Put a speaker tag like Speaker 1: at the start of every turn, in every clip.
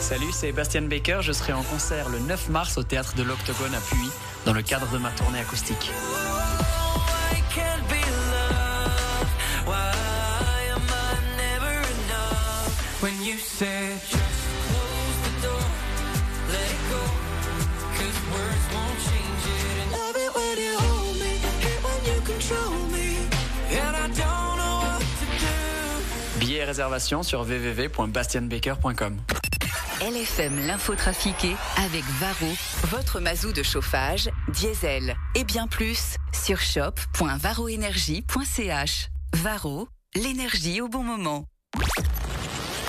Speaker 1: Salut, c'est Bastien Baker. Je serai en concert le 9 mars au théâtre de l'Octogone à Puy, dans le cadre de ma tournée acoustique. Billets et réservations sur www.bastianbaker.com.
Speaker 2: LFM l'info trafiquée avec Varro, votre mazou de chauffage, diesel et bien plus sur shop.varroénergie.ch. Varro, l'énergie au bon moment.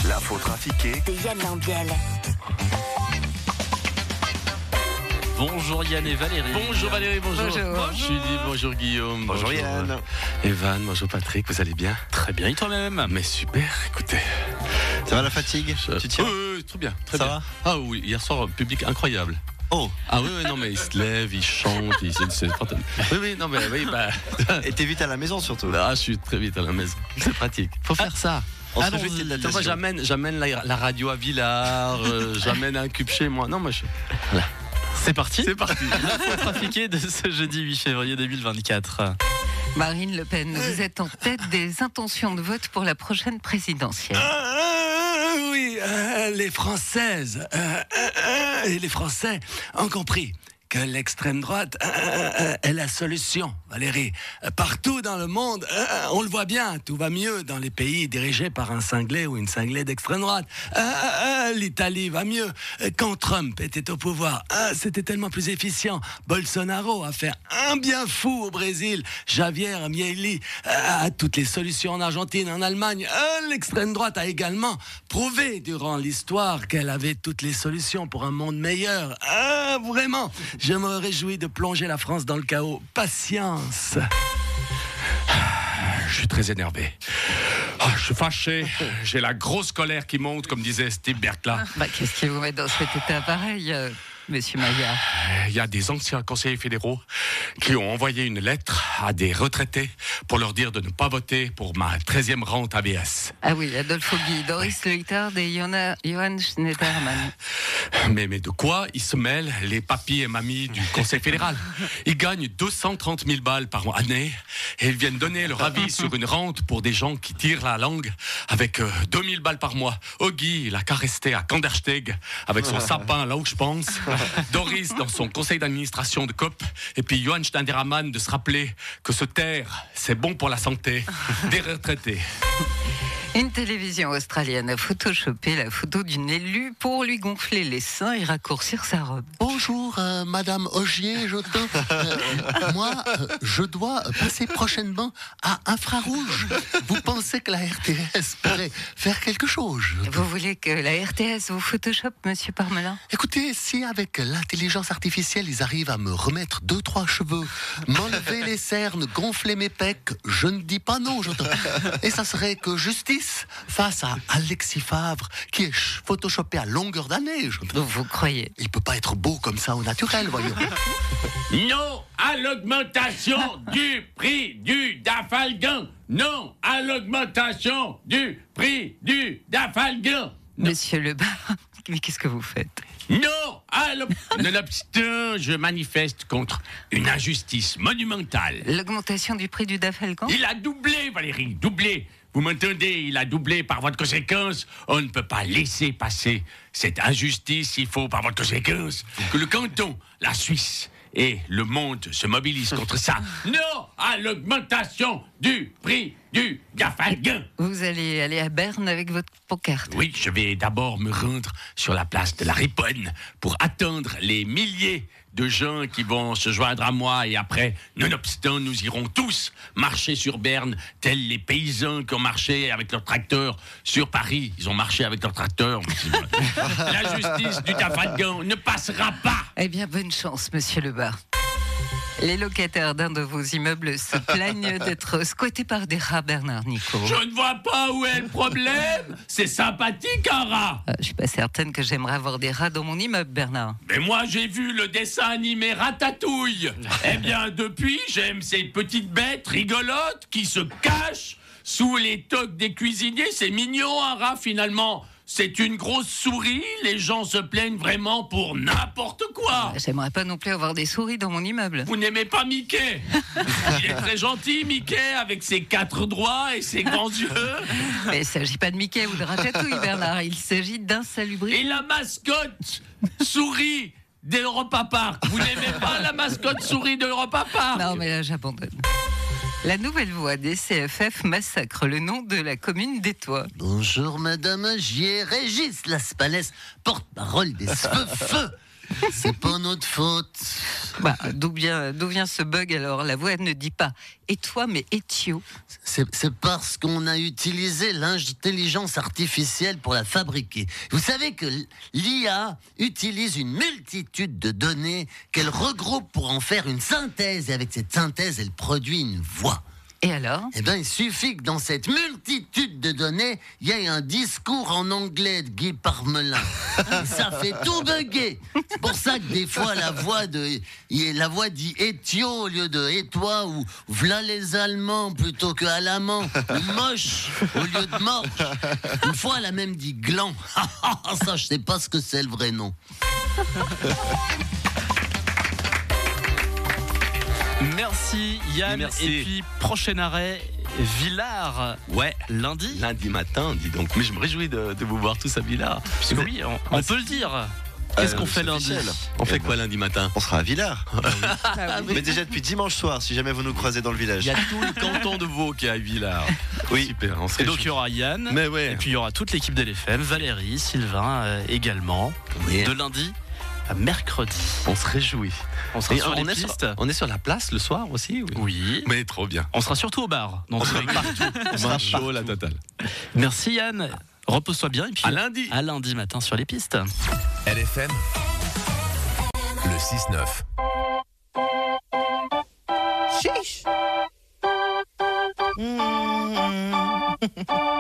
Speaker 3: L'info trafiquée
Speaker 4: de Yann Lambiel.
Speaker 5: Bonjour Yann et Valérie.
Speaker 6: Bonjour Valérie, bonjour.
Speaker 7: Bonjour.
Speaker 6: Je suis dit bonjour Guillaume.
Speaker 3: Bonjour, Yann.
Speaker 6: euh, Evan, bonjour Patrick, vous allez bien
Speaker 5: Très bien, et toi-même
Speaker 6: Mais super, écoutez.
Speaker 3: Ça va la fatigue Tu tiens
Speaker 6: Oui, oui, Euh, très bien, très
Speaker 3: Ça
Speaker 6: bien.
Speaker 3: va
Speaker 6: ah oui, hier soir, public incroyable.
Speaker 3: Oh,
Speaker 6: Ah oui, oui, non, mais il se lève, il chante, il c'est- c'est fantastique. Oui, oui, non, mais oui, bah.
Speaker 3: et t'es vite à la maison surtout.
Speaker 6: Ah, je suis très vite à la maison. Ah, C'est pratique. Faut faire ça.
Speaker 3: On se
Speaker 6: non,
Speaker 3: réjouit de la
Speaker 6: tu vois,
Speaker 3: natation.
Speaker 6: j'amène, j'amène la, la radio à Villars, euh, j'amène un cube chez moi. Non, moi, je.
Speaker 5: C'est parti
Speaker 6: C'est parti.
Speaker 5: L'info trafiquée de ce jeudi 8 février 2024.
Speaker 7: Marine Le Pen, vous êtes en tête des intentions de vote pour la prochaine présidentielle.
Speaker 8: Ah, oui, euh, les Françaises euh, euh, euh, et les Français ont compris que l'extrême droite euh, euh, euh, est la solution, Valérie. Euh, Partout dans le monde, euh, euh, on le voit bien, tout va mieux dans les pays dirigés par un cinglé ou une cinglée d'extrême droite. Euh, euh, euh, L'Italie va mieux. Euh, Quand Trump était au pouvoir, euh, c'était tellement plus efficient. Bolsonaro a fait un bien fou au Brésil. Javier Mieli euh, a toutes les solutions en Argentine, en Allemagne. Euh, L'extrême droite a également prouvé durant l'histoire qu'elle avait toutes les solutions pour un monde meilleur. Ah, vraiment, je me réjouis de plonger la France dans le chaos. Patience.
Speaker 9: Je suis très énervé. Ah, je suis fâché. J'ai la grosse colère qui monte, comme disait Steve Bertla.
Speaker 7: Bah, Qu'est-ce qui vous met dans cet état pareil, euh, monsieur Maillard
Speaker 9: Il y a des anciens conseillers fédéraux qui ont envoyé une lettre à des retraités pour leur dire de ne pas voter pour ma 13e rente ABS.
Speaker 7: Ah oui, Adolphe Guy, Doris Leuthard et Johann Johan Schneiderman.
Speaker 9: Mais, mais de quoi ils se mêlent, les papis et mamies du Conseil fédéral Ils gagnent 230 000 balles par année et ils viennent donner leur avis sur une rente pour des gens qui tirent la langue avec euh, 2000 balles par mois. Oggy, il a qu'à rester à Kandersteg avec son sapin là où je pense. Doris dans son conseil d'administration de COP. Et puis Johan Schneiderman de se rappeler que se taire, c'est bon pour la santé des retraités.
Speaker 7: Une télévision australienne a photoshopé la photo d'une élue pour lui gonfler les seins et raccourcir sa robe.
Speaker 10: Bonjour, euh, Madame Ogier, je te- Euh, moi, euh, je dois passer prochainement à Infrarouge. Vous pensez que la RTS pourrait faire quelque chose
Speaker 7: Vous voulez que la RTS vous photoshope, monsieur Parmelin
Speaker 10: Écoutez, si avec l'intelligence artificielle, ils arrivent à me remettre deux, trois cheveux, m'enlever les cernes, gonfler mes pecs, je ne dis pas non. Je... te- Et ça serait que justice face à Alexis Favre, qui est ch- photoshopé à longueur d'année. je te-
Speaker 7: Vous vous croyez
Speaker 10: Il peut pas être beau comme ça au naturel, voyons.
Speaker 9: Non à l'augmentation du prix du dafalgan. Non à l'augmentation du prix du dafalgan.
Speaker 7: Monsieur Lebas, mais qu'est-ce que vous faites
Speaker 9: Non à l'augmentation. Nonobstant, je manifeste contre une injustice monumentale.
Speaker 7: L'augmentation du prix du Dafalgan
Speaker 9: Il a doublé, Valérie, doublé. Vous m'entendez Il a doublé par votre conséquence. On ne peut pas laisser passer cette injustice. Il faut, par votre conséquence, que le canton, la Suisse et le monde se mobilisent contre ça. Non à l'augmentation du prix du gafalgan.
Speaker 7: Vous allez aller à Berne avec votre pancarte.
Speaker 9: Oui, je vais d'abord me rendre sur la place de la Riponne pour attendre les milliers de gens qui vont se joindre à moi et après, nonobstant, nous irons tous marcher sur Berne, tels les paysans qui ont marché avec leurs tracteurs sur Paris. Ils ont marché avec leurs tracteurs. la justice du Tafalgan ne passera pas.
Speaker 7: Eh bien, bonne chance, monsieur Lebas. Les locataires d'un de vos immeubles se plaignent d'être squattés par des rats, Bernard Nico.
Speaker 9: Je ne vois pas où est le problème. C'est sympathique, un rat.
Speaker 7: Euh, je suis pas certaine que j'aimerais avoir des rats dans mon immeuble, Bernard.
Speaker 9: Mais moi, j'ai vu le dessin animé Ratatouille. eh bien, depuis, j'aime ces petites bêtes rigolotes qui se cachent sous les toques des cuisiniers. C'est mignon, un rat, hein, finalement. C'est une grosse souris, les gens se plaignent vraiment pour n'importe quoi.
Speaker 7: J'aimerais pas non plus avoir des souris dans mon immeuble.
Speaker 9: Vous n'aimez pas Mickey Il est très gentil, Mickey, avec ses quatre doigts et ses grands yeux.
Speaker 7: Mais il s'agit pas de Mickey ou de Ratatouille, Bernard. Il s'agit
Speaker 9: Et
Speaker 7: d'insalubrité.
Speaker 9: la mascotte souris d'Europa Park. Vous n'aimez pas la mascotte souris d'Europa Park
Speaker 7: Non, mais là, j'abandonne. La nouvelle voie des CFF massacre le nom de la commune des Toits.
Speaker 10: Bonjour madame, j'y ai Régis Laspalès, porte-parole des feux feux. C'est pas notre faute.
Speaker 7: Bah, d'où bien- d'où vient ce bug alors La voix ne dit pas et toi, mais Etio.
Speaker 10: C'est c'est parce qu'on a utilisé l'intelligence artificielle pour la fabriquer. Vous savez que l'IA utilise une multitude de données qu'elle regroupe pour en faire une synthèse. Et avec cette synthèse, elle produit une voix.
Speaker 7: Et alors
Speaker 10: Eh bien, il suffit que dans cette multitude de données, il y ait un discours en anglais de Guy Parmelin. Et ça fait tout bugger. C'est pour ça que des fois, la voix, de, il est- la voix dit Etio au lieu de Et toi ou V'là les Allemands plutôt que Alamans ou Moche au lieu de Morche. Une fois, elle a même dit Gland. ça, je sais pas ce que c'est le vrai nom.
Speaker 5: Merci Yann.
Speaker 6: Merci.
Speaker 5: Et puis prochain arrêt, Villars. Ouais, lundi.
Speaker 6: Lundi matin, dis donc. Mais je me réjouis de, de vous voir tous à Villars.
Speaker 5: Parce que oui, on, on peut le dire. Qu'est-ce qu'on fait
Speaker 3: euh,
Speaker 5: lundi
Speaker 3: c'est officiel.
Speaker 6: On fait
Speaker 3: Eh
Speaker 6: quoi lundi matin
Speaker 3: On sera à Villars. Mais déjà depuis dimanche soir, si jamais vous nous croisez dans le
Speaker 6: Il
Speaker 3: village.
Speaker 6: y a tout le canton de Vaud qui est à Villars.
Speaker 3: Oui.
Speaker 6: Super, on se
Speaker 5: Et donc il
Speaker 6: réjouit.
Speaker 5: y aura Yann.
Speaker 6: Mais ouais.
Speaker 5: Et puis il y aura toute l'équipe de l'FM, Valérie, Sylvain euh, également.
Speaker 6: Oui.
Speaker 5: De lundi à mercredi.
Speaker 6: On se réjouit.
Speaker 5: On sera
Speaker 6: Et
Speaker 5: sur
Speaker 6: on,
Speaker 5: les
Speaker 6: est sur,
Speaker 5: pistes.
Speaker 6: on est sur la place le soir aussi oui.
Speaker 5: Oui.
Speaker 6: Mais trop bien.
Speaker 5: On sera surtout au bar. Donc,
Speaker 6: Main chaud la totale.
Speaker 5: merci Yann. Repose-toi bien et puis
Speaker 6: À lundi.
Speaker 5: à lundi matin sur les pistes.
Speaker 4: LFM, le 6-9.
Speaker 11: Chiche. Mm.